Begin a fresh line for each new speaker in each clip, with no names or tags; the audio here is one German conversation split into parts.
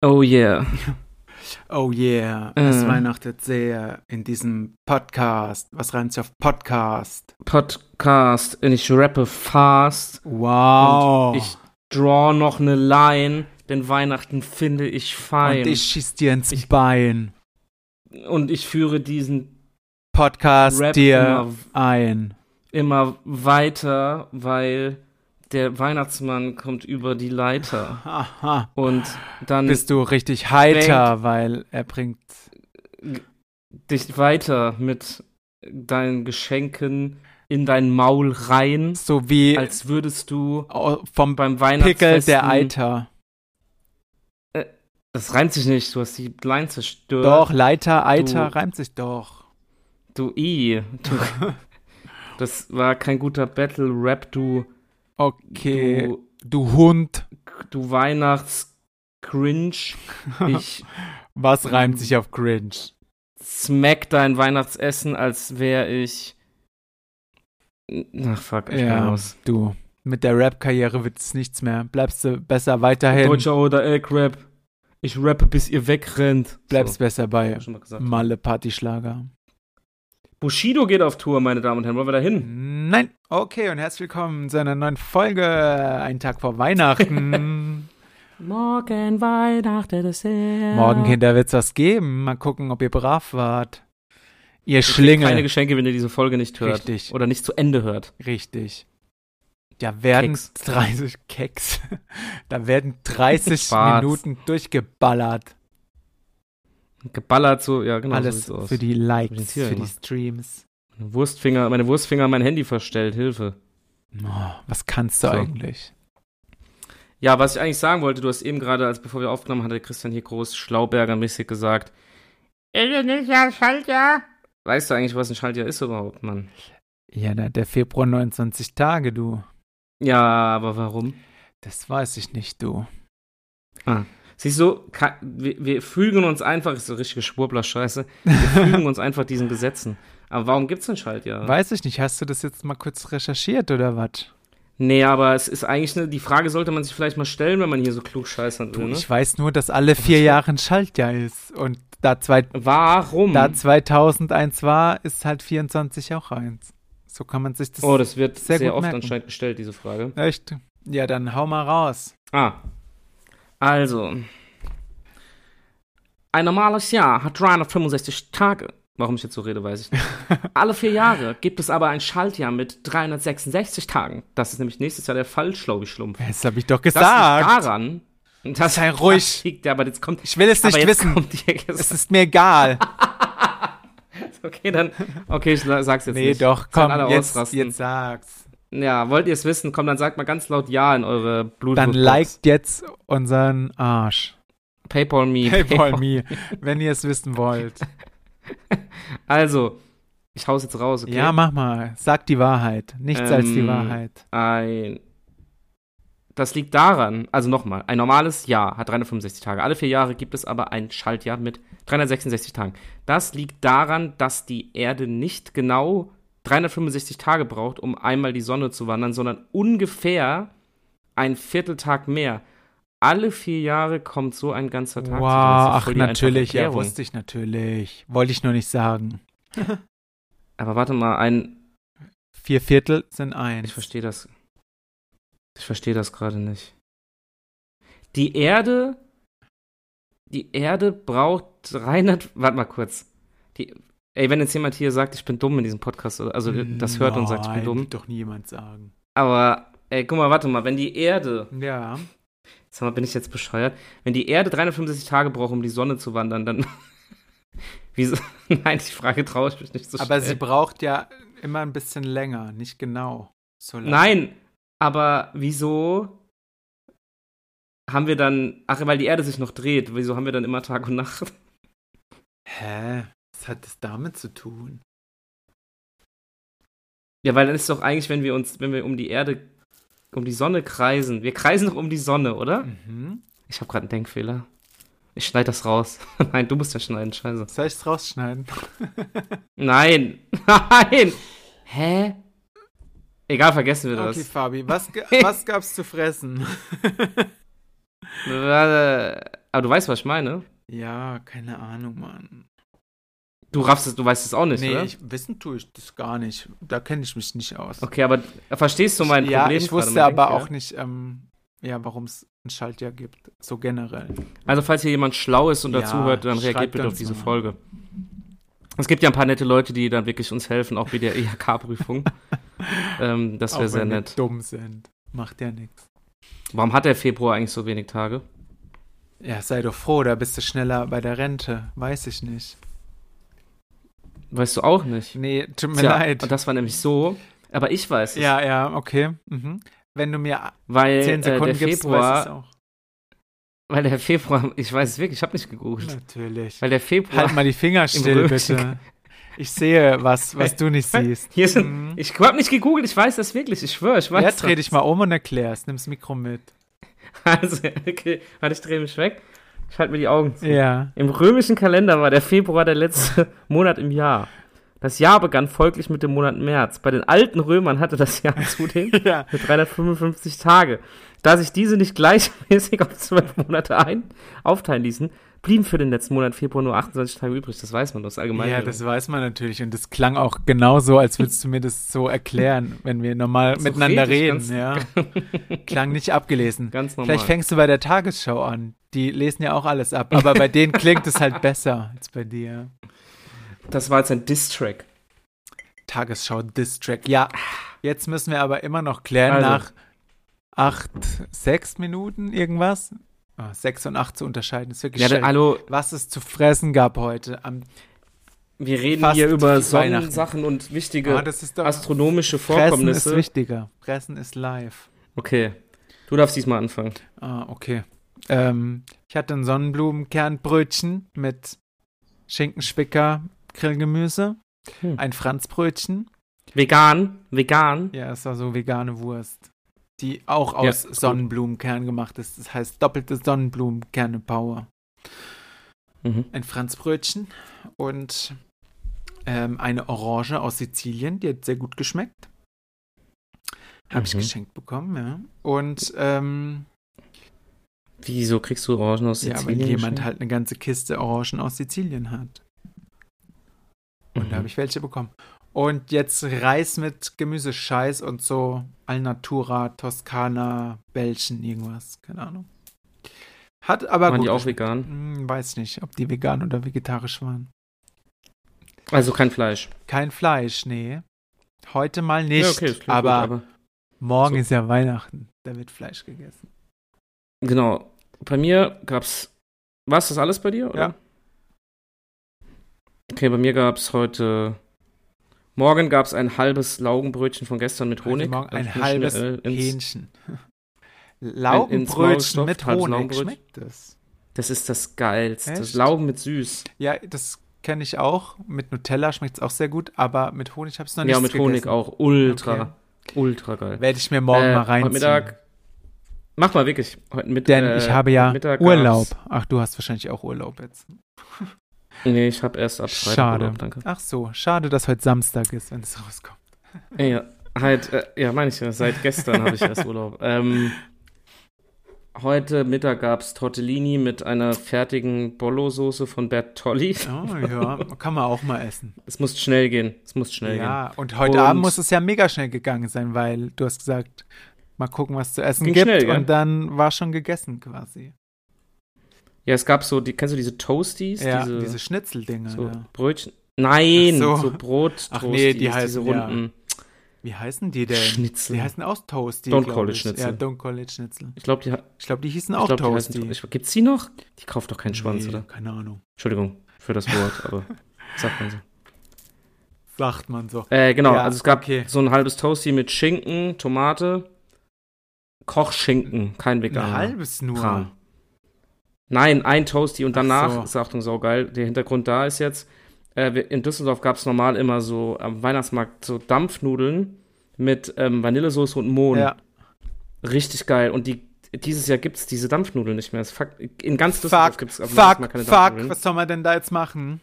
Oh yeah.
Oh yeah,
Mhm.
es weihnachtet sehr in diesem Podcast. Was reimt sich auf Podcast?
Podcast. Und ich rappe fast.
Wow.
Und ich draw noch eine Line, denn Weihnachten finde ich fein.
Und ich schieß dir ins Bein.
Und ich führe diesen
Podcast
Rap
dir
immer,
ein.
immer weiter, weil der Weihnachtsmann kommt über die Leiter.
Aha.
Und dann
Bist du richtig heiter, weil er bringt.
dich weiter mit deinen Geschenken in dein Maul rein,
So wie
als würdest du
au- vom
beim
Pickel
Weihnachtsfest
der Eiter.
Das reimt sich nicht, du hast die Line zerstört.
Doch, Leiter, Eiter
Du-
reimt sich doch.
Du I. Du, das war kein guter Battle-Rap, du,
Okay. Du,
du,
Hund.
du Weihnachts-Cringe. Ich
Was reimt sich auf Cringe?
smack dein Weihnachtsessen, als wäre ich. Ach, fuck, ich bin
Ja,
raus.
du. Mit der Rap-Karriere wird es nichts mehr. Bleibst du besser weiterhin.
Deutscher oder Egg-Rap. Ich rappe, bis ihr wegrennt.
Bleibst besser
so,
bei
hab ich schon mal gesagt.
Malle Partyschlager.
Bushido geht auf Tour, meine Damen und Herren. Wollen wir da hin?
Nein. Okay, und herzlich willkommen zu einer neuen Folge. Ein Tag vor Weihnachten.
Morgen Weihnachten ist her.
Morgen, Kinder, wird's was geben. Mal gucken, ob ihr brav wart. Ihr
Ihr kriegt
Schlinge.
Keine Geschenke, wenn ihr diese Folge nicht hört.
Richtig.
Oder nicht zu Ende hört.
Richtig. Da werden
Keks.
30 Keks. Da werden 30
Schwarz.
Minuten durchgeballert.
Geballert, so, ja, genau.
Alles
so sieht's aus.
für die
Hab ich
Likes,
jetzt hier
für die
gemacht.
Streams.
Meine Wurstfinger, meine Wurstfinger haben mein Handy verstellt, Hilfe.
Oh, was kannst du
So.
eigentlich?
Ja, was ich eigentlich sagen wollte, du hast eben gerade, als bevor wir aufgenommen hatte, Christian hier groß Schlauberger-mäßig gesagt. Ist es nicht ein Schaltjahr? Weißt du eigentlich, was ein Schaltjahr ist überhaupt, Mann?
Ja, da hat der Februar 29 Tage, du.
Ja, aber warum?
Das weiß ich nicht, du.
Siehst du, ka- wir, wir fügen uns einfach, ist so richtige Schwurbler-Scheiße, wir fügen uns einfach diesen Gesetzen. Aber warum gibt's ein Schaltjahr?
Weiß ich nicht, hast du das jetzt mal kurz recherchiert oder was?
Nee, aber es ist eigentlich, ne, die Frage sollte man sich vielleicht mal stellen, wenn man hier so klug scheißern will, ne?
Ich weiß nur, dass alle vier Jahre ein Schaltjahr ist. Und da, zwei,
Warum?
da 2001 war, ist halt 24 auch eins. So kann man sich das.
oh, das wird
sehr
sehr,
gut
oft
merken.
anscheinend gestellt, diese Frage.
Echt? Ja, dann hau mal raus.
Ah. Also. Ein normales Jahr hat 365 Tage. Warum ich jetzt so rede, weiß ich nicht. Alle vier Jahre gibt es aber ein Schaltjahr mit 366 Tagen. Das ist nämlich nächstes Jahr der Fall, Schlaubi Schlumpf.
Das habe ich doch
Das
gesagt.
liegt daran, dass
Sei ruhig.
Das liegt, ja, aber jetzt kommt.
Ich will es
aber
nicht
jetzt
wissen.
Kommt hier,
Es ist mir egal.
okay, dann. Okay, ich la- sag's jetzt
nee,
nicht.
doch,
Sollen
komm,
alle
jetzt,
ausrasten.
jetzt sag's.
Ja, wollt ihr es wissen? Komm, dann sagt mal ganz laut Ja in eure Bluetooth.
Dann liked jetzt unseren Arsch.
Paypal me.
Paypal me, wenn ihr es wissen wollt.
Also, ich hau's jetzt raus, okay?
Ja, mach mal. Sag die Wahrheit. Nichts als die
Ähm,
Wahrheit.
Ein. Das liegt daran, also nochmal, ein normales Jahr hat 365 Tage. Alle vier Jahre gibt es aber ein Schaltjahr mit 366 Tagen. Das liegt daran, dass die Erde nicht genau 365 Tage braucht, um einmal die Sonne zu wandern, sondern ungefähr ein Vierteltag mehr. Alle vier Jahre kommt so ein ganzer Tag.
Wow,
zusammen. Das ist
ach
voll die einfache
natürlich, ja,
Erklärung.
wusste ich natürlich. Wollte ich nur nicht sagen.
Aber warte mal, ein.
Vier Viertel sind
Ich
eins.
verstehe das. Ich verstehe das gerade nicht. Die Erde. Die Erde braucht 300. Warte mal kurz. Die, ey, wenn jetzt jemand hier sagt, ich bin dumm in diesem Podcast, oder, also das hört und sagt, ich bin
Nein,
dumm.
wird doch niemand sagen.
Aber, ey, guck mal, warte mal, wenn die Erde.
Ja.
Sag mal, bin ich jetzt bescheuert? Wenn die Erde 365 Tage braucht, um die Sonne zu wandern, dann. Wieso? Nein, die Frage traue ich mich nicht so
Aber sie
schnell.
braucht ja immer ein bisschen länger, nicht genau. So lang.
Nein, aber wieso haben wir dann, ach, weil die Erde sich noch dreht, wieso haben wir dann immer Tag und Nacht?
Hä? Was hat das damit zu tun?
Ja, weil dann ist doch eigentlich, wenn wir uns, wenn wir um die Erde, um die Sonne kreisen, wir kreisen doch um die Sonne, oder?
Mhm.
Ich habe gerade einen Denkfehler. Ich schneide das raus. Nein, du musst ja schneiden, scheiße.
Soll ich es rausschneiden?
Nein, nein. Hä? Egal, vergessen wir das.
Okay, Fabi, was, ge was gab's zu fressen?
Äh, Aber du weißt, was ich meine?
Ja, keine Ahnung, Mann.
Du raffst es, du weißt es auch nicht,
nee,
oder?
ich, wissen tue ich das gar nicht. Da kenne ich mich nicht aus.
Okay, aber verstehst du mein
ja,
Problem?
ich
gerade, mein
wusste aber
Denken, ja?
auch nicht, ähm, ja, warum es ein Schaltjahr gibt, so generell.
Also, falls hier jemand schlau ist und
Ja,
dazuhört, dann reagiert
schreibt
bitte auf
uns
diese
mal.
Folge. Es gibt ja ein paar nette Leute, die dann wirklich uns helfen, auch bei der EHK-Prüfung. ähm, das wäre
auch
sehr
wenn
nett.
wir dumm sind. Macht ja nichts.
Warum hat der Februar eigentlich so wenig Tage?
Ja, sei doch froh, da bist du schneller bei der Rente. Weiß ich nicht.
Weißt du auch nicht.
Nee, tut mir
Tja,
leid.
Und das war nämlich so, aber ich weiß es.
Ja, ja, okay. Mhm. Wenn du mir
weil
10
äh,
Sekunden
der
gibst, weiß ich
Februar,
auch.
weil der Februar, ich weiß es wirklich, ich habe nicht gegoogelt.
Hm. Natürlich.
Weil der Februar,
Halt mal die Finger still,
Rücken.
bitte. Ich sehe was, was du nicht siehst.
hier sind,
Mhm.
ich habe nicht gegoogelt, ich weiß das wirklich, ich schwöre, ich weiß
Jetzt
das.
dreh dich mal um und erklär's. Nimm das Mikro mit.
Also, okay, warte, ich drehe mich weg, ich halte mir die Augen zu.
Ja.
Im römischen Kalender war der Februar der letzte Monat im Jahr. Das Jahr begann folglich mit dem Monat März. Bei den alten Römern hatte das Jahr zudem
Ja.
mit 355 Tage. Da sich diese nicht gleichmäßig auf zwölf Monate ein aufteilen ließen, blieben für den letzten Monat Februar nur 28 Tage übrig. Das weiß man, das ist allgemein.
Ja, das weiß man natürlich. Und das klang auch genauso, als würdest du mir das so erklären, wenn wir normal
So
miteinander reden.
rede ich
Ja. Klang nicht abgelesen.
ganz normal.
Vielleicht fängst du bei der Tagesschau an. Die lesen ja auch alles ab. Aber bei denen klingt es halt besser als bei dir.
das war jetzt ein Diss-Track.
Tagesschau-Distrack. Ja, jetzt müssen wir aber immer noch klären
Also.
nach acht, sechs Minuten irgendwas. Ah, sechs und acht zu unterscheiden ist wirklich
Ja, dann,
schlecht.
hallo,
Was es zu fressen gab heute. Am,
wir reden
Fast
hier über
wie Weihnachten.
Sonnensachen und wichtige
Ah, das ist doch,
astronomische
Fressen ist
Vorkommnisse.
wichtiger. Fressen ist live.
Okay, du darfst diesmal anfangen.
Ah, okay. Ähm, ich hatte ein Sonnenblumenkernbrötchen mit Schinkenspicker, Grillgemüse,
Hm.
ein Franzbrötchen.
Vegan, vegan.
Ja, es war so vegane Wurst, die auch
Ja,
aus
ist gut.
Sonnenblumenkern gemacht ist. Das heißt doppelte Sonnenblumenkerne-Power.
Mhm.
Ein Franzbrötchen und ähm, eine Orange aus Sizilien, die hat sehr gut geschmeckt. Habe ich
Mhm.
geschenkt bekommen, ja. Und ähm,
Wieso kriegst du Orangen aus
ja,
Sizilien?
wenn jemand
geschenkt?
halt eine ganze Kiste Orangen aus Sizilien hat.
Mhm.
Und da habe ich welche bekommen. Und jetzt Reis mit Gemüsescheiß und so Alnatura, Toskana, Bällchen, irgendwas. Keine Ahnung. Hat aber
Waren
gut.
die auch
geschmeckt.
vegan?
Hm, weiß nicht, ob die vegan oder vegetarisch waren.
Also kein Fleisch.
Kein Fleisch, nee. Heute mal
Ja,
nicht.
okay, das klingt
aber,
gut, aber
morgen
so.
ist ja Weihnachten. Da wird Fleisch gegessen.
genau. Bei mir gab's. War's das alles bei dir? Oder?
Ja.
Okay, bei mir gab's heute. Morgen gab's ein halbes Laugenbrötchen von gestern mit Honig.
Heute morgen
Also
ein
schnell
halbes
ins,
Hähnchen.
ins Maul
Laugenbrötchen
gestopft,
mit
halbes
Honig.
Laugenbrötchen.
Schmeckt das?
Das ist das Geilste. Das
Echt?
Laugen mit Süß.
Ja, das kenne ich auch. Mit Nutella schmeckt es auch sehr gut, aber mit Honig habe ich noch nicht
Ja, mit Honig
gegessen.
auch. Ultra. Ultra geil.
Werde ich mir morgen
Äh,
mal
Heute
reinziehen.
Mittag. Mach mal wirklich. Heute Mittag. äh,
Denn ich habe ja
Mittag gab's-
Urlaub. Ach, du hast wahrscheinlich auch Urlaub jetzt.
Nee, ich habe erst ab Freitag
Schade.
Urlaub, danke.
Ach so, schade, dass heute Samstag ist, wenn es rauskommt.
Ja, halt, äh, ja, meine ich ja, seit gestern habe ich erst Urlaub. Ähm, heute Mittag gab es Tortellini mit einer fertigen Bollo-Soße von Bertolli.
Oh ja, kann man auch mal essen.
Es muss schnell gehen, es muss schnell gehen.
Ja, und heute
Und-
Abend muss es ja mega schnell gegangen sein, weil du hast gesagt, mal gucken, was zu essen
Ging
gibt.
schnell, gell?
und dann war schon gegessen quasi.
Ja, es gab so, die, kennst du diese Toasties?
ja,
diese
diese, Schnitzeldinge.
so
Ja.
Brötchen? Nein, so,
Ach so.
Brot,
Ach nee, die
diese
heißen, ja,
runden
Wie heißen die denn?
Schnitzel.
Die heißen auch Toasty.
Don't
glaub
call it
ich.
Schnitzel.
Ja, Don't Call It Schnitzel.
ich glaube, die, ha-
Ich glaube, die hießen
ich
auch
glaub, die
Toasty.
heißen. ich- Gibt's die noch? Die kauft doch keinen Schwanz,
Nee,
oder?
Keine Ahnung.
Entschuldigung für das Wort, aber sagt man so.
Sagt man so.
Äh, genau,
Ja,
also es gab
okay.
so ein halbes Toasty mit Schinken, Tomate, Kochschinken, kein
Ein
veganer
halbes nur.
Kram. Nein, ein Toasty und
Ach
danach,
so.
ist Achtung, saugeil, der Hintergrund da ist jetzt, äh, wir- in Düsseldorf gab es normal immer so am Weihnachtsmarkt so Dampfnudeln mit ähm, Vanillesoße und Mohn.
Ja.
Richtig geil. Und die, dieses Jahr gibt es diese Dampfnudeln nicht mehr. Das ist fuck, in ganz Düsseldorf
Fuck,
gibt es
fuck, fuck. Was soll man denn da jetzt machen?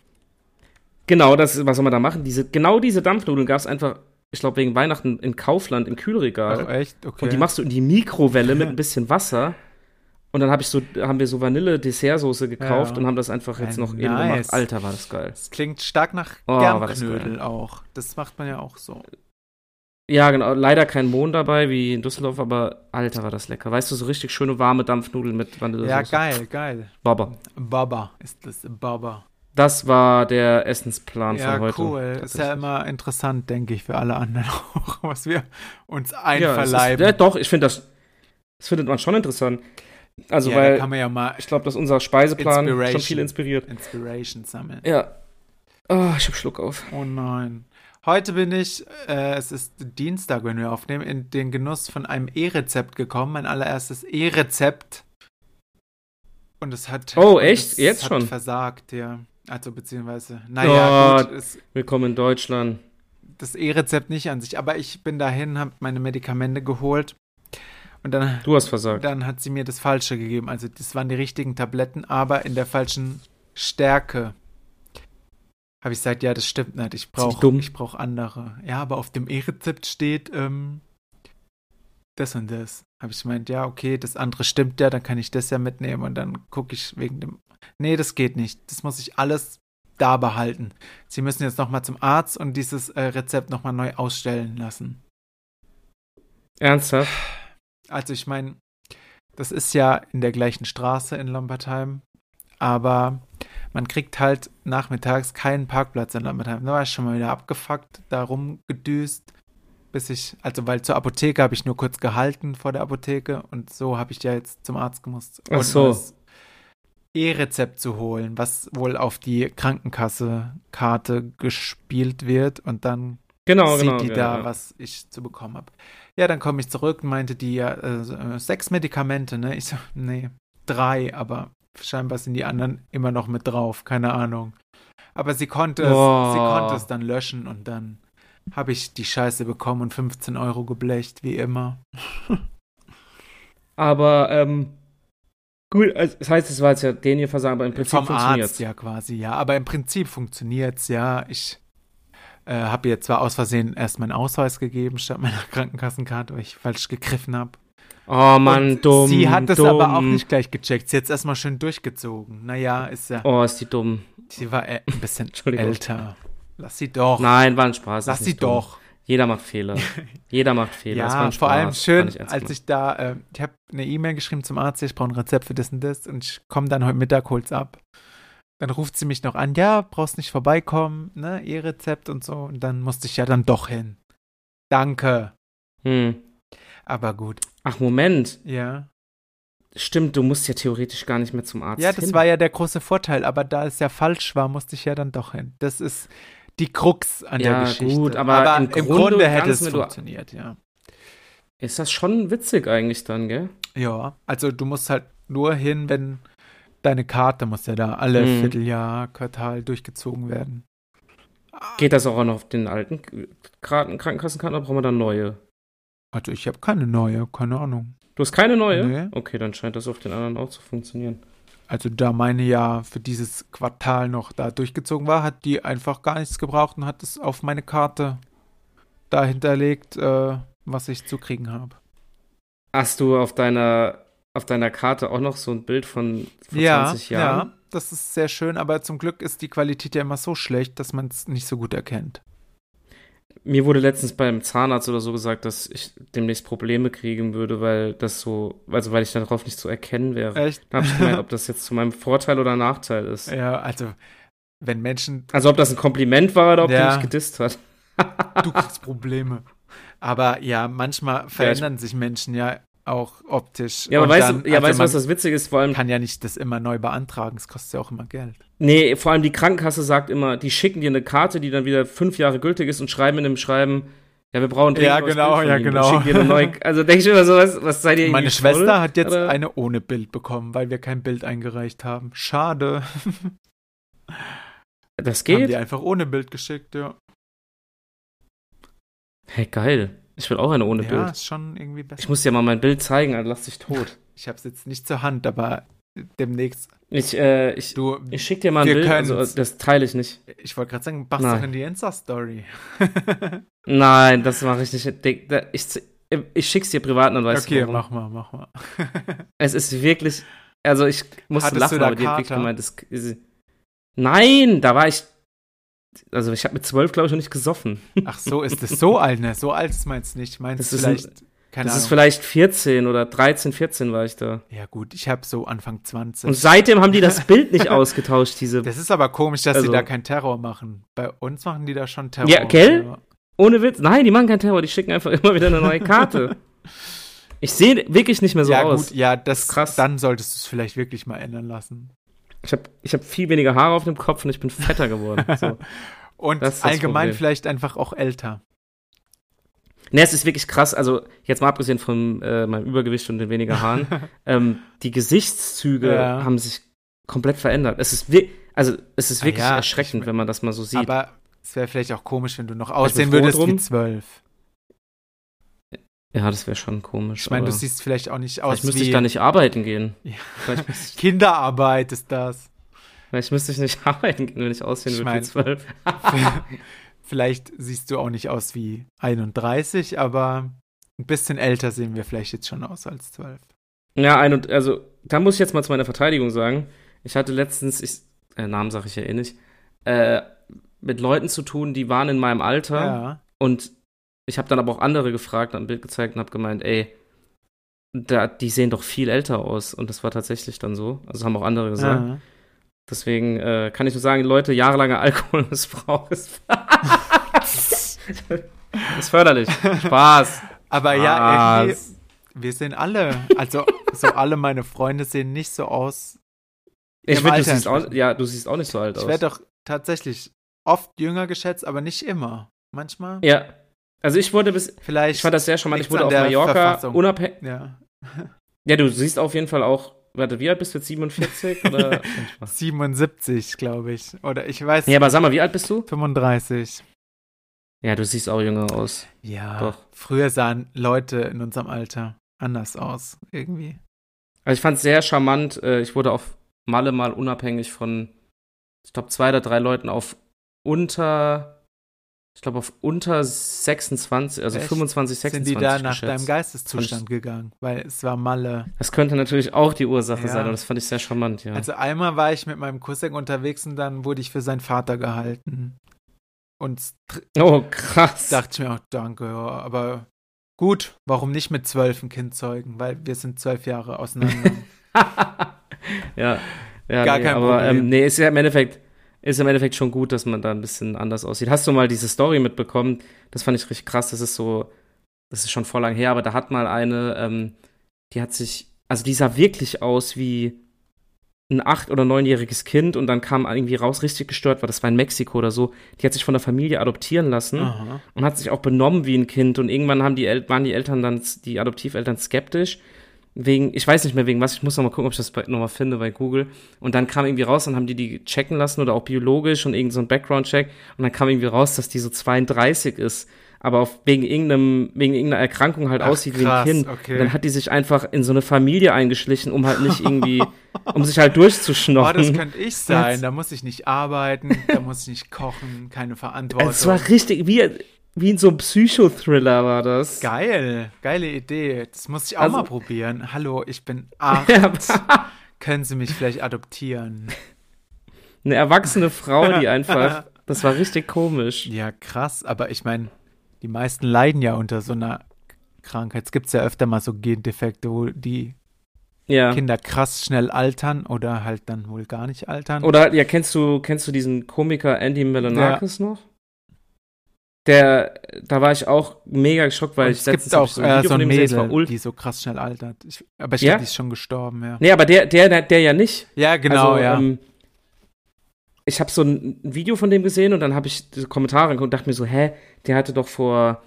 Genau, das, ist- was soll man da machen? Diese, genau diese Dampfnudeln gab es einfach, ich glaube, wegen Weihnachten in Kaufland im Kühlregal.
Also, echt? Okay.
Und die machst du in die Mikrowelle mit ein bisschen Wasser. Und dann hab ich so, haben wir so Vanille-Dessertsoße gekauft
Ja.
und haben das einfach jetzt
Ja,
noch eben
nice.
gemacht. Alter, war das geil.
Das klingt stark nach
Oh, war das
Germknödel auch. Das macht man ja auch so.
Ja, genau. Leider kein Mohn dabei, wie in Düsseldorf, aber Alter, war das lecker. Weißt du, so richtig schöne warme Dampfnudeln mit Vanillesoße.
Ja, geil, geil.
Baba.
Baba ist das, Baba.
Das war der Essensplan von
Ja,
heute.
cool. Ist ja
tatsächlich.
immer interessant, denke ich, für alle anderen auch, was wir uns
Ja, es
einverleiben.
Ist, ja, doch, ich finde das, das findet man schon interessant. Also,
ja, da
weil
kann man ja mal
ich glaube, dass unser Speiseplan schon
Inspiration.
viel inspiriert.
Inspiration sammeln.
Ja. Oh, ich hab Schluck auf.
Oh nein. Heute bin ich, äh, es ist Dienstag, wenn wir aufnehmen, in den Genuss von einem E-Rezept gekommen. Mein allererstes E-Rezept. Und es hat.
Oh,
und
echt?
Es
Jetzt
hat
schon?
versagt, ja. Also, beziehungsweise. Naja,
Oh.
gut, es,
Willkommen in Deutschland.
das E-Rezept nicht an sich. Aber ich bin dahin, habe meine Medikamente geholt. Und dann,
Du hast versagt.
dann hat sie mir das Falsche gegeben. Also, das waren die richtigen Tabletten, aber in der falschen Stärke. Habe ich gesagt, ja, das stimmt nicht. Ich
die
brauche
dumm?
ich brauch andere. Ja, aber auf dem E-Rezept steht ähm, das und das. Habe ich gemeint, ja, okay, das andere stimmt ja, dann kann ich das ja mitnehmen und dann gucke ich wegen dem. Nee, das geht nicht. Das muss ich alles da behalten. Sie müssen jetzt nochmal zum Arzt und dieses äh, Rezept nochmal neu ausstellen lassen.
Ernsthaft?
Also ich meine, das ist ja in der gleichen Straße in Lambertheim, aber man kriegt halt nachmittags keinen Parkplatz in Lambertheim. Da war ich schon mal wieder abgefuckt, da rumgedüst, bis ich, also weil zur Apotheke habe ich nur kurz gehalten vor der Apotheke und so habe ich ja jetzt zum Arzt gemusst.
Ach
und
so.
das E-Rezept zu holen, was wohl auf die Krankenkasse-Karte gespielt wird und dann
Genau,
sieht
genau.
die
ja,
da,
ja.
was ich zu bekommen habe. Ja, dann komme ich zurück und meinte die ja, äh, so, äh, sechs Medikamente, ne? Ich so, nee, drei, aber scheinbar sind die anderen immer noch mit drauf, keine Ahnung. Aber sie konnte es,
Boah.
sie konnte es dann löschen und dann habe ich die Scheiße bekommen und 15 Euro geblecht, wie immer.
Aber, ähm, gut, also, das heißt, es war jetzt ja den hier versagen, aber im Prinzip
Vom
funktioniert's.
Arzt, ja, quasi, ja. Aber im Prinzip funktioniert's, ja. Ich äh, habe ihr zwar aus Versehen erst meinen Ausweis gegeben, statt meiner Krankenkassenkarte, weil ich falsch gegriffen habe.
Oh Mann,
Und
dumm.
Sie hat das
dumm.
aber auch nicht gleich gecheckt. Sie hat es erstmal schön durchgezogen. Naja, ist ja.
Oh, ist die dumm.
Sie war äh, ein bisschen
Entschuldigung.
älter. Lass sie doch.
Nein, war ein Spaß.
Lass
ist
sie
nicht dumm.
doch.
Jeder macht Fehler. Jeder macht Fehler. es war
Ja,
ein
vor allem
Spaß.
schön,
Kann ernst
als ich da, äh, ich habe eine E-Mail geschrieben zum Arzt, ich brauche ein Rezept für das und das und ich komme dann heute Mittag, hol's ab. Dann ruft sie mich noch an, ja, brauchst nicht vorbeikommen, ne, ihr Rezept und so. Und dann musste ich ja dann doch hin.
machen.
Danke.
Hm.
Aber gut,
Ach, Moment.
ja.
Stimmt, du musst ja theoretisch gar nicht mehr zum Arzt
Ja, das
hin.
war ja der große Vorteil, aber da es ja falsch war, musste ich ja dann doch hin. Das ist die Krux an
Ja,
der Geschichte.
gut, aber im Grunde und
hätte
Ganzen,
es
wenn du-
funktioniert, ja.
Ist das schon witzig eigentlich dann, gell?
Ja, also du musst halt nur hin, wenn deine Karte muss ja da alle
Mhm.
Vierteljahr, Quartal durchgezogen werden.
Geht das auch noch auf den alten K- Karten, Krankenkassenkarten oder brauchen wir dann neue?
Also ich habe keine neue, keine Ahnung.
Du hast keine neue?
Nee.
Okay, dann scheint das auf den anderen auch zu funktionieren.
Also da meine ja für dieses Quartal noch da durchgezogen war, hat die einfach gar nichts gebraucht und hat es auf meine Karte da hinterlegt, äh, was ich zu kriegen habe.
Hast du auf deiner, auf deiner Karte auch noch so ein Bild von vor 20 Jahren?
Ja, das ist sehr schön, aber zum Glück ist die Qualität ja immer so schlecht, dass man es nicht so gut erkennt.
Mir wurde letztens beim Zahnarzt oder so gesagt, dass ich demnächst Probleme kriegen würde, weil das so, also weil ich darauf nicht zu erkennen wäre.
Echt?
Da habe ich gemeint, ob das jetzt zu meinem Vorteil oder Nachteil ist.
ja, also wenn Menschen,
Also ob das ein Kompliment war oder ob
Ja.
du mich gedisst hat.
du kriegst Probleme. Aber ja, manchmal verändern sich Menschen ja auch optisch.
Ja, aber
Und
weißt
dann-
du, ja,
also
weißt, du,
man
was das Witzige ist? Vor allem,
kann ja nicht das immer neu beantragen, es kostet ja auch immer Geld.
Nee, vor allem die Krankenkasse sagt immer, die schicken dir eine Karte, die dann wieder fünf Jahre gültig ist und schreiben in dem Schreiben, ja, wir brauchen dringend
Ja,
ein neues
genau,
Bild von
ja,
Ihnen.
genau.
Schicken dir eine neue, also denke ich immer so, was, was seid ihr irgendwie
Meine
voll?
Schwester hat jetzt
Oder-
eine ohne Bild bekommen, weil wir kein Bild eingereicht haben. Schade.
Das
Haben die
geht?
einfach ohne Bild geschickt, ja.
Hey, geil. Ich will auch eine ohne
ja,
Bild.
ist schon irgendwie besser.
Ich muss dir mal mein Bild zeigen, also lass dich tot.
Ich habe es jetzt nicht zur Hand, aber demnächst.
Ich, äh, ich,
Du,
ich schick dir mal ein
Wir
Bild, also
können's.
das teile ich nicht.
ich wollte gerade sagen, mach's
Nein.
doch in die Insta-Story.
Nein, das mache ich nicht. Dick, da- Ich, Ich schick's dir privat, dann weißt
okay,
du warum.
mach mal, mach mal.
Es ist wirklich, also ich musste
Hattest
lachen,
du da
aber die hat wirklich
Kater?
gemeint, das ist, Nein, da war ich, also ich habe mit zwölf, glaube ich, noch nicht gesoffen.
Ach so, ist das so alt, ne? So alt ist man jetzt nicht. Meinst du
Das ist ein-
vielleicht, keine
das ist
Ahnung.
vielleicht 14 oder 13, 14 war ich da.
ja gut, ich habe so Anfang 20.
Und seitdem haben die das Bild nicht ausgetauscht, diese,
das ist aber komisch, dass
Also-
die da keinen Terror machen. Bei uns machen die da schon Terror.
Ja, gell? ohne Witz. Nein, die machen keinen Terror, die schicken einfach immer wieder eine neue Karte. Ich sehe wirklich nicht mehr so
ja,
aus.
gut, ja, das,
ist krass.
dann solltest du es vielleicht wirklich mal ändern lassen.
Ich habe ich hab viel weniger Haare auf dem Kopf und ich bin fetter geworden. So.
Und
Das ist das
allgemein
Problem.
vielleicht einfach auch älter.
Ne, es ist wirklich krass. Also, jetzt mal abgesehen von äh, meinem Übergewicht und den weniger Haaren, ähm, die Gesichtszüge
Ja.
haben sich komplett verändert. Es ist, wir- also, es ist
Ah
wirklich
ja,
erschreckend,
ich mein-
wenn man das mal so sieht. Also
Aber es wäre vielleicht auch komisch, wenn du noch
Ich bin
aussehen
froh
würdest wie
drum.
zwölf.
ja, das wäre schon komisch.
Ich meine, du
aber
siehst vielleicht auch nicht aus
vielleicht müsste
wie
ich da nicht arbeiten gehen.
Ja.
Vielleicht, müsste ich,
Kinderarbeit ist das.
vielleicht müsste ich nicht arbeiten gehen, wenn ich aussehen
Ich
würde wie
mein-
zwölf.
vielleicht siehst du auch nicht aus wie 31, aber ein bisschen älter sehen wir vielleicht jetzt schon aus als zwölf.
Ja, ein und also, da muss ich jetzt mal zu meiner Verteidigung sagen. Ich hatte letztens, ich, äh, Namen sage ich ja eh nicht, äh, mit Leuten zu tun, die waren in meinem Alter.
Ja.
Und ich habe dann aber auch andere gefragt, hab ein Bild gezeigt und habe gemeint, ey, da, die sehen doch viel älter aus. Und das war tatsächlich dann so. Also haben auch andere gesagt.
ja.
Deswegen äh, kann ich nur sagen, Leute, jahrelanger Alkoholmissbrauch ist, ist förderlich. Spaß.
Aber ja, irgendwie,
Spaß.
wir sehen alle, also so alle meine Freunde sehen nicht so aus.
Ich
Ihrem
finde, du
Alter
siehst auch,
entsprechen.
ja, du siehst auch nicht so alt
Ich
aus.
werde doch tatsächlich oft jünger geschätzt, aber nicht immer. Manchmal.
ja. Also ich wurde bis,
Vielleicht.
ich fand das sehr charmant, ich wurde
Liegt's an
auf
der
Mallorca
Verfassung.
unabhängig,
ja.
ja, du siehst auf jeden Fall auch, warte, wie alt bist du jetzt, 47 oder?
77, glaube ich. Oder ich weiß,
ja, aber sag mal, wie alt bist du?
35.
Ja, du siehst auch jünger aus.
Ja.
Doch.
Früher sahen Leute in unserem Alter anders aus, irgendwie.
Also ich fand es sehr charmant. äh, Ich wurde auf Malle mal unabhängig von, ich glaube, zwei oder drei Leuten auf unter, ich glaube, auf unter 26, also
Echt?
25,
Sind
26
die da nach
geschätzt.
deinem Geisteszustand gegangen? Weil es war Malle.
Das könnte natürlich auch die Ursache
Ja.
sein, aber das fand ich sehr charmant, ja.
Also einmal war ich mit meinem Cousin unterwegs und dann wurde ich für seinen Vater gehalten. Und tr-
oh, krass.
dachte ich mir auch, danke, ja, aber gut, warum nicht mit zwölf ein Kind zeugen? Weil wir sind zwölf Jahre auseinander.
ja, ja
Gar
nee,
kein
aber,
Problem.
Ähm, nee, ist ja im Endeffekt, ist im Endeffekt schon gut, dass man da ein bisschen anders aussieht. Hast du mal diese Story mitbekommen? Das fand ich richtig krass. Das ist so, das ist schon vor lang her, aber da hat mal eine, ähm, die hat sich, also die sah wirklich aus wie ein acht- oder neunjähriges Kind und dann kam irgendwie raus, richtig gestört war, das war in Mexiko oder so. Die hat sich von der Familie adoptieren lassen
Aha.
und hat sich auch benommen wie ein Kind. Und irgendwann haben die El waren die Eltern dann, die Adoptiveltern skeptisch. Wegen, ich weiß nicht mehr wegen was, ich muss noch mal gucken, ob ich das bei- noch mal finde bei Google. Und dann kam irgendwie raus, dann haben die die checken lassen oder auch biologisch und irgend so ein Background-Check. Und dann kam irgendwie raus, dass die so 32 ist. Aber auf, wegen, irgendeinem, wegen irgendeiner Erkrankung halt
Ach,
aussieht
krass,
wie ein Kind.
okay.
Und dann hat die sich einfach in so eine Familie eingeschlichen, um halt nicht irgendwie, um sich halt durchzuschnoppen.
Oh, das könnte ich sein.
Jetzt-
Da muss ich nicht arbeiten, da muss ich nicht kochen, keine Verantwortung.
also, es war richtig, wie, wie in so einem Psychothriller war das.
Geil, geile Idee. Das muss ich auch
Also-
mal probieren. Hallo, ich bin acht.
Ja,
Können Sie mich vielleicht adoptieren?
Eine erwachsene Frau, die einfach. Das war richtig komisch.
Ja, krass. Aber ich meine, die meisten leiden ja unter so einer Krankheit. Es gibt ja öfter mal so Gendefekte, wo die
Ja.
Kinder krass schnell altern oder halt dann wohl gar nicht altern.
Oder ja, kennst du, kennst du diesen Komiker Andy Milonakis noch? Der, da war ich auch mega geschockt, weil
Und
ich
es gibt
letztens hab
auch
ich
äh, so ein
gesehen, das war
Mädel,
ultra.
die so krass schnell altert. Ich, aber ich
Ja?
glaube, die ist schon gestorben, ja.
Nee, aber der, der, der, der ja nicht.
Ja, genau,
also,
ja.
Ähm, ich habe so ein ein Video von dem gesehen und dann habe ich diese Kommentare angeguckt und dachte mir so, hä, der hatte doch vor,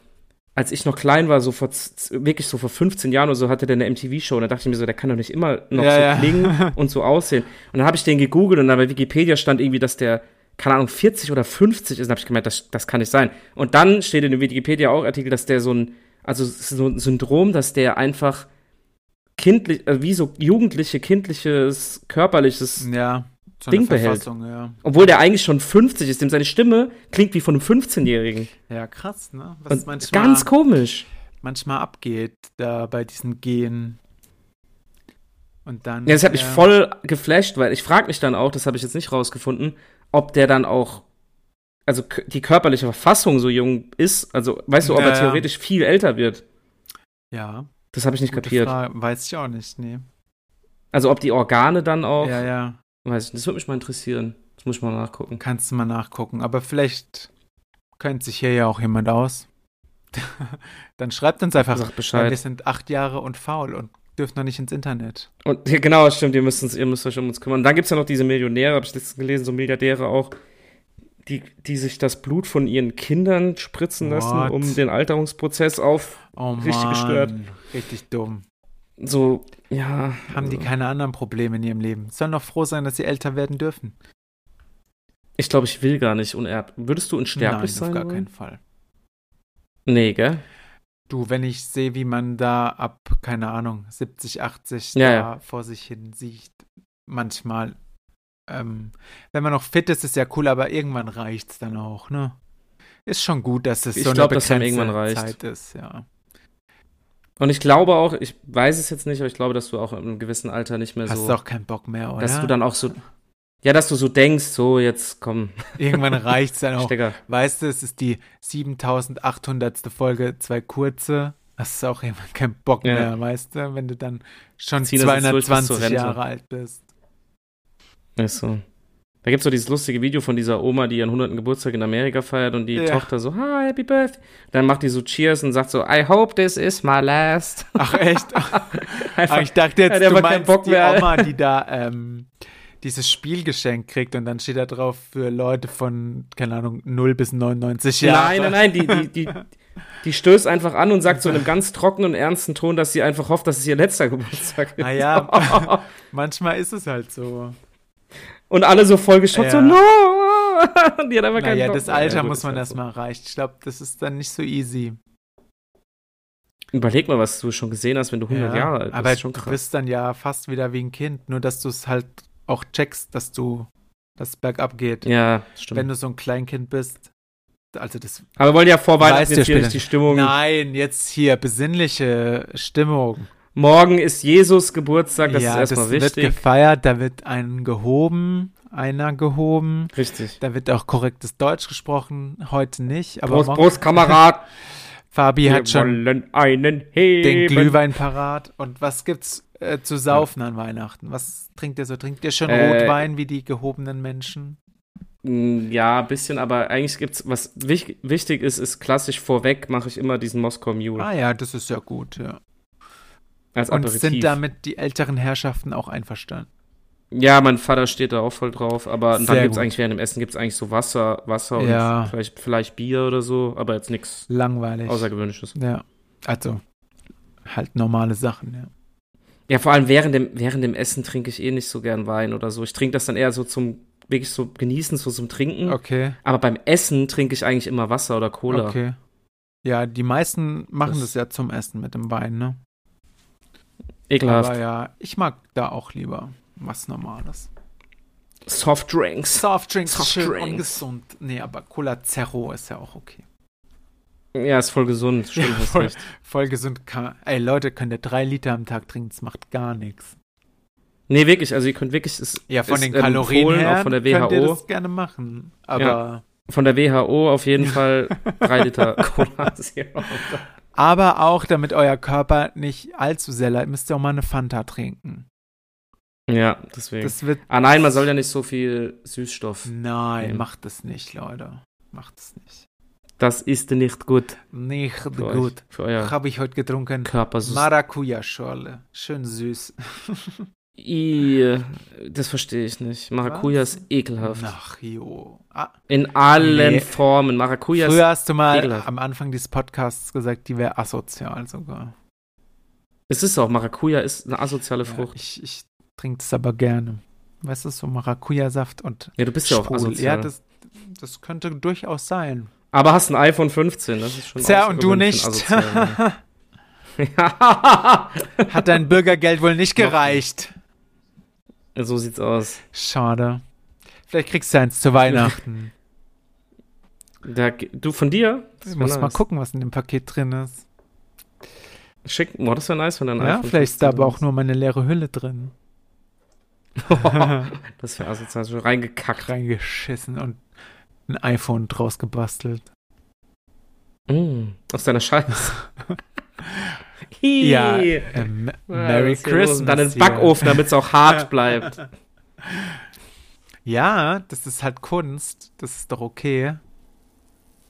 als ich noch klein war, so vor z- z- wirklich so vor 15 Jahren oder so, hatte der eine MTV-Show. Und da dachte ich mir so, der kann doch nicht immer noch
Ja,
so
ja.
klingen und so aussehen. Und dann habe ich den gegoogelt und dann bei Wikipedia stand irgendwie, dass der, keine Ahnung, 40 oder 50 ist. Und habe ich gemerkt, das, das kann nicht sein. Und dann steht in dem Wikipedia auch Artikel, dass der so ein, also so ein Syndrom, dass der einfach kindlich, äh, wie so jugendliche, kindliches, körperliches
ja, so
Ding
eine
behält.
Verfassung, ja.
obwohl der eigentlich schon 50 ist, dem seine Stimme klingt wie von einem 15-Jährigen.
Ja, krass, ne? Was
Und
manchmal
Ganz komisch.
manchmal abgeht, da bei diesen Genen. Und dann.
Ja, das hat mich
äh,
voll geflasht, weil ich frage mich dann auch, das habe ich jetzt nicht rausgefunden, ob der dann auch, also k- die körperliche Verfassung so jung ist, also weißt du, ob
Ja,
er
ja.
theoretisch viel älter wird.
Ja,
Das habe ich nicht
gute
kapiert.
Frage. Weiß ich auch nicht, nee.
Also ob die Organe dann auch,
Ja, ja.
weiß ich, nicht, das würde mich mal interessieren. Das muss ich mal nachgucken.
Kannst du mal nachgucken. Aber vielleicht kennt sich hier ja auch jemand aus. dann schreibt uns einfach.
Sagt
weil
Bescheid.
Wir sind acht Jahre und faul und dürfen noch nicht ins Internet.
Und ja, genau, stimmt, ihr müsst, uns, ihr müsst euch um uns kümmern. Und dann gibt es ja noch diese Millionäre, habe ich letztens gelesen, so Milliardäre auch, die, die sich das Blut von ihren Kindern spritzen
What?
lassen, um den Alterungsprozess auf
Oh Mann.
Richtig gestört.
Richtig dumm.
so, ja.
Haben die keine anderen Probleme in ihrem Leben. Sollen doch froh sein, dass sie älter werden dürfen.
Ich glaube, ich will gar nicht unerb. Würdest du unsterblich
Nein,
sein?
auf gar
wollen?
keinen Fall.
Nee, gell?
Du, wenn ich sehe, wie man da ab, keine Ahnung, 70, 80
Ja,
da
ja.
vor sich hin sieht, manchmal. Ähm, wenn man noch fit ist, ist ja cool, aber irgendwann reicht's dann auch, ne? Ist schon gut, dass es
Ich
so eine
glaub, dass einem
begrenzte
irgendwann reicht.
Zeit ist, ja.
Und ich glaube auch, ich weiß es jetzt nicht, aber ich glaube, dass du auch in einem gewissen Alter nicht mehr
Hast
so,
du auch keinen Bock mehr, oder?
Also, dass du dann auch so, ja, dass du so denkst, so jetzt komm,
irgendwann reicht's dann auch.
Stecker.
Weißt du, es ist die 7800. Folge, zwei kurze. Das ist auch irgendwann kein Bock
Ja.
mehr, weißt du, wenn du dann schon
Zieh das jetzt durch bis zur
220
Rente.
Jahre alt bist.
Ist so. Da gibt es so dieses lustige Video von dieser Oma, die ihren 100. Geburtstag in Amerika feiert und die
Ja.
Tochter so, hi, happy birthday. Dann macht die so Cheers und sagt so, I hope this is my last.
Ach echt? Ah,
Einfach,
ich dachte jetzt,
hat einfach
du
keinen
meinst
Bock
die
mehr.
Oma, die da ähm, dieses Spiel geschenkt kriegt und dann steht da drauf für Leute von, keine Ahnung, 0 bis 99 Jahre.
nein, nein, nein, die, die, die, die stößt einfach an und sagt so in einem ganz trockenen und ernsten Ton, dass sie einfach hofft, dass es ihr letzter Geburtstag ist.
Ah ja. Manchmal ist es halt so.
und alle so voll geschockt, so,
Ja.
no! Und die hat einfach keinen
Naja,
Bock
das
mehr.
Alter
Ja, gut,
muss
ist halt
man
so.
erstmal erreichen. Ich glaube, das ist dann nicht so easy.
Überleg mal, was du schon gesehen hast, wenn du 100
Ja,
Jahre alt bist.
Aber
schon
du bist dann ja fast wieder wie ein Kind, nur dass du es halt auch checkst, dass du das bergab geht.
ja, stimmt.
Wenn du so ein Kleinkind bist. Also das.
Aber wir wollen ja vor
Weißt
Weihnachten
du
jetzt hier
später.
nicht die Stimmung.
Nein, jetzt hier besinnliche Stimmung.
Morgen ist Jesus Geburtstag, das
ja,
ist
das
erstmal
wird
wichtig.
gefeiert, da wird ein gehoben, einer gehoben.
Richtig.
Da wird auch korrektes Deutsch gesprochen, heute nicht, aber
Prost,
morgen-
Prost, Kamerad.
Fabi
Wir
hat schon
wollen einen heben.
den Glühwein parat. Und was gibt's äh, zu saufen an Weihnachten? Was trinkt ihr so? Trinkt ihr schon
Äh,
Rotwein wie die gehobenen Menschen?
Mm, Ja, ein bisschen, aber eigentlich gibt's, was wich wichtig ist, ist klassisch vorweg mache ich immer diesen Moskau Mule
Ah ja, das ist ja gut, ja.
als
Und
Aperitif.
sind damit die älteren Herrschaften auch einverstanden?
ja, mein Vater steht da auch voll drauf, aber und dann
Sehr
gibt's
gut.
eigentlich während dem Essen gibt's eigentlich so Wasser, Wasser
Ja.
und vielleicht, vielleicht Bier oder so, aber jetzt nichts
Langweilig.
Außergewöhnliches.
ja. Also, halt normale Sachen, ja.
Ja, vor allem während dem, während dem Essen trinke ich eh nicht so gern Wein oder so. Ich trinke das dann eher so zum, wirklich so genießen, so zum Trinken.
Okay,
Aber beim Essen trinke ich eigentlich immer Wasser oder Cola.
okay. Ja, die meisten machen das,
Das-
ja zum Essen mit dem Wein, ne?
Ekelhaft.
Aber ja, ich mag da auch lieber was Normales.
Softdrinks.
Softdrinks, schön
Softdrinks.
ungesund. Nee, aber Cola Zero ist ja auch okay.
Ja, ist voll gesund. Stimmt,
Ja,
hast
voll.
recht.
Voll gesund. Kann, ey, Leute, könnt ihr drei Liter am Tag trinken, das macht gar nichts.
Nee, wirklich. Also ihr könnt wirklich, es
Ja, von
ist,
den
ähm,
Kalorien
empfohlen,
her
auch von der
könnt ihr
WHO.
das gerne machen. Aber,
von der WHO auf jeden Fall drei Liter Cola Zero.
aber auch, damit euer Körper nicht allzu sehr leidet, müsst ihr auch mal eine Fanta trinken.
Ja, deswegen.
Das wird...
ah nein, man soll ja nicht so viel
Mhm.
Süßstoff.
Nein,
Nee.
macht es nicht, Leute. Macht es nicht.
Das ist nicht gut
Nicht
für
gut.
euch, für euer
Habe ich heute getrunken.
Körper.
Maracuja-Schorle. Schön süß.
I, das verstehe ich nicht. Maracuja ist ekelhaft.
Ach, jo. Ah,
In allen
Nee.
Formen. Maracuja ist,
Früher hast du mal
ekelhaft.
am Anfang dieses Podcasts gesagt, die wäre asozial sogar.
es ist auch, Maracuja ist eine asoziale
Ja,
Frucht.
ich ich trinke das aber gerne. Weißt du, so Maracuja-Saft und
Ja, du bist ja auch
Sprudel.
asozial.
Ja, das, das könnte durchaus sein.
Aber hast ein iPhone 15, das ist schon
Tja, und du
außergewöhnlich
nicht.
für einen Asozialen.
Hat dein Bürgergeld wohl nicht
Noch
gereicht.
Ja, so sieht's aus.
Schade. Vielleicht kriegst du eins zu Weihnachten.
Da, du von dir?
Ich
wär
muss mal
nice.
gucken, was in dem Paket drin ist.
Schick, oh, das wäre nice, wenn dann
Ja, vielleicht ist da aber auch nur meine leere Hülle drin.
das wäre asozial, so reingekackt.
Reingeschissen und ein iPhone draus gebastelt.
Mm, aus deiner Scheiße.
Ja,
Ih.
ähm,
Ja,
Merry
was ist hier los?
Christmas.
Und Dann ins
hier.
Backofen, damit es auch hart bleibt.
Ja, das ist halt Kunst. Das ist doch okay.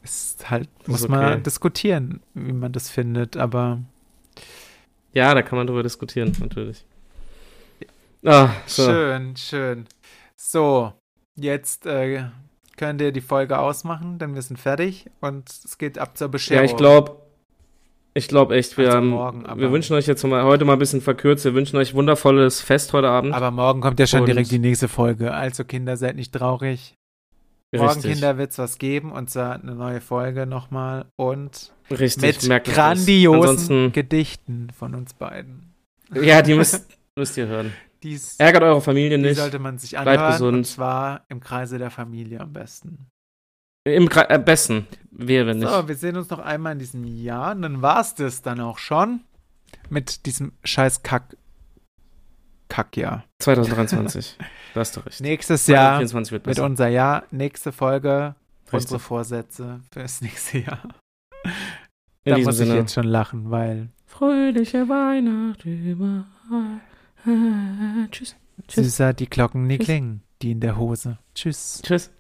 Ist halt,
ist
muss
okay.
man diskutieren, wie man das findet, aber
Ja, da kann man drüber diskutieren, natürlich. Ah, so.
schön, schön. So, jetzt äh, könnt ihr die Folge ausmachen, denn wir sind fertig und es geht ab zur
Ja,
Bescherung.
ich glaube, ich glaube echt, wir,
Also
haben,
morgen, aber-
wir wünschen euch jetzt mal, heute mal ein bisschen verkürzt. Wir wünschen euch wundervolles Fest heute Abend.
Aber morgen kommt ja schon
Und-
direkt die nächste Folge. Also Kinder, seid nicht traurig. Morgen,
richtig,
Kinder, wird es was geben und zwar eine neue Folge nochmal und
richtig,
mit
merkt euch das.
grandiosen
Ansonsten,
Gedichten von uns beiden.
ja, die müsst, müsst ihr hören.
Dies,
Ärgert eure Familie
die
nicht.
sollte man sich
Bleibt
anhören und
gesund.
zwar im Kreise der Familie am besten.
Im Gra- am besten wäre nicht.
So, wir sehen uns noch einmal in diesem Jahr und dann war's das dann auch schon mit diesem scheiß Kack Kackjahr.
2023. da hast du recht.
Nächstes Jahr
2024 wird
mit
besser.
unser Jahr, nächste Folge, unsere
Richtig.
Vorsätze fürs nächste Jahr.
In
da
diesem
muss ich
Sinne.
jetzt schon lachen, weil
Fröhliche Weihnacht überall. Ah, Tschüss. Tschüss.
süßer die Glocken nie
Tschüss.
klingen, die in der Hose. Tschüss.
Tschüss.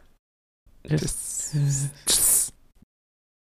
Tschüss.
Tschüss. Tschüss.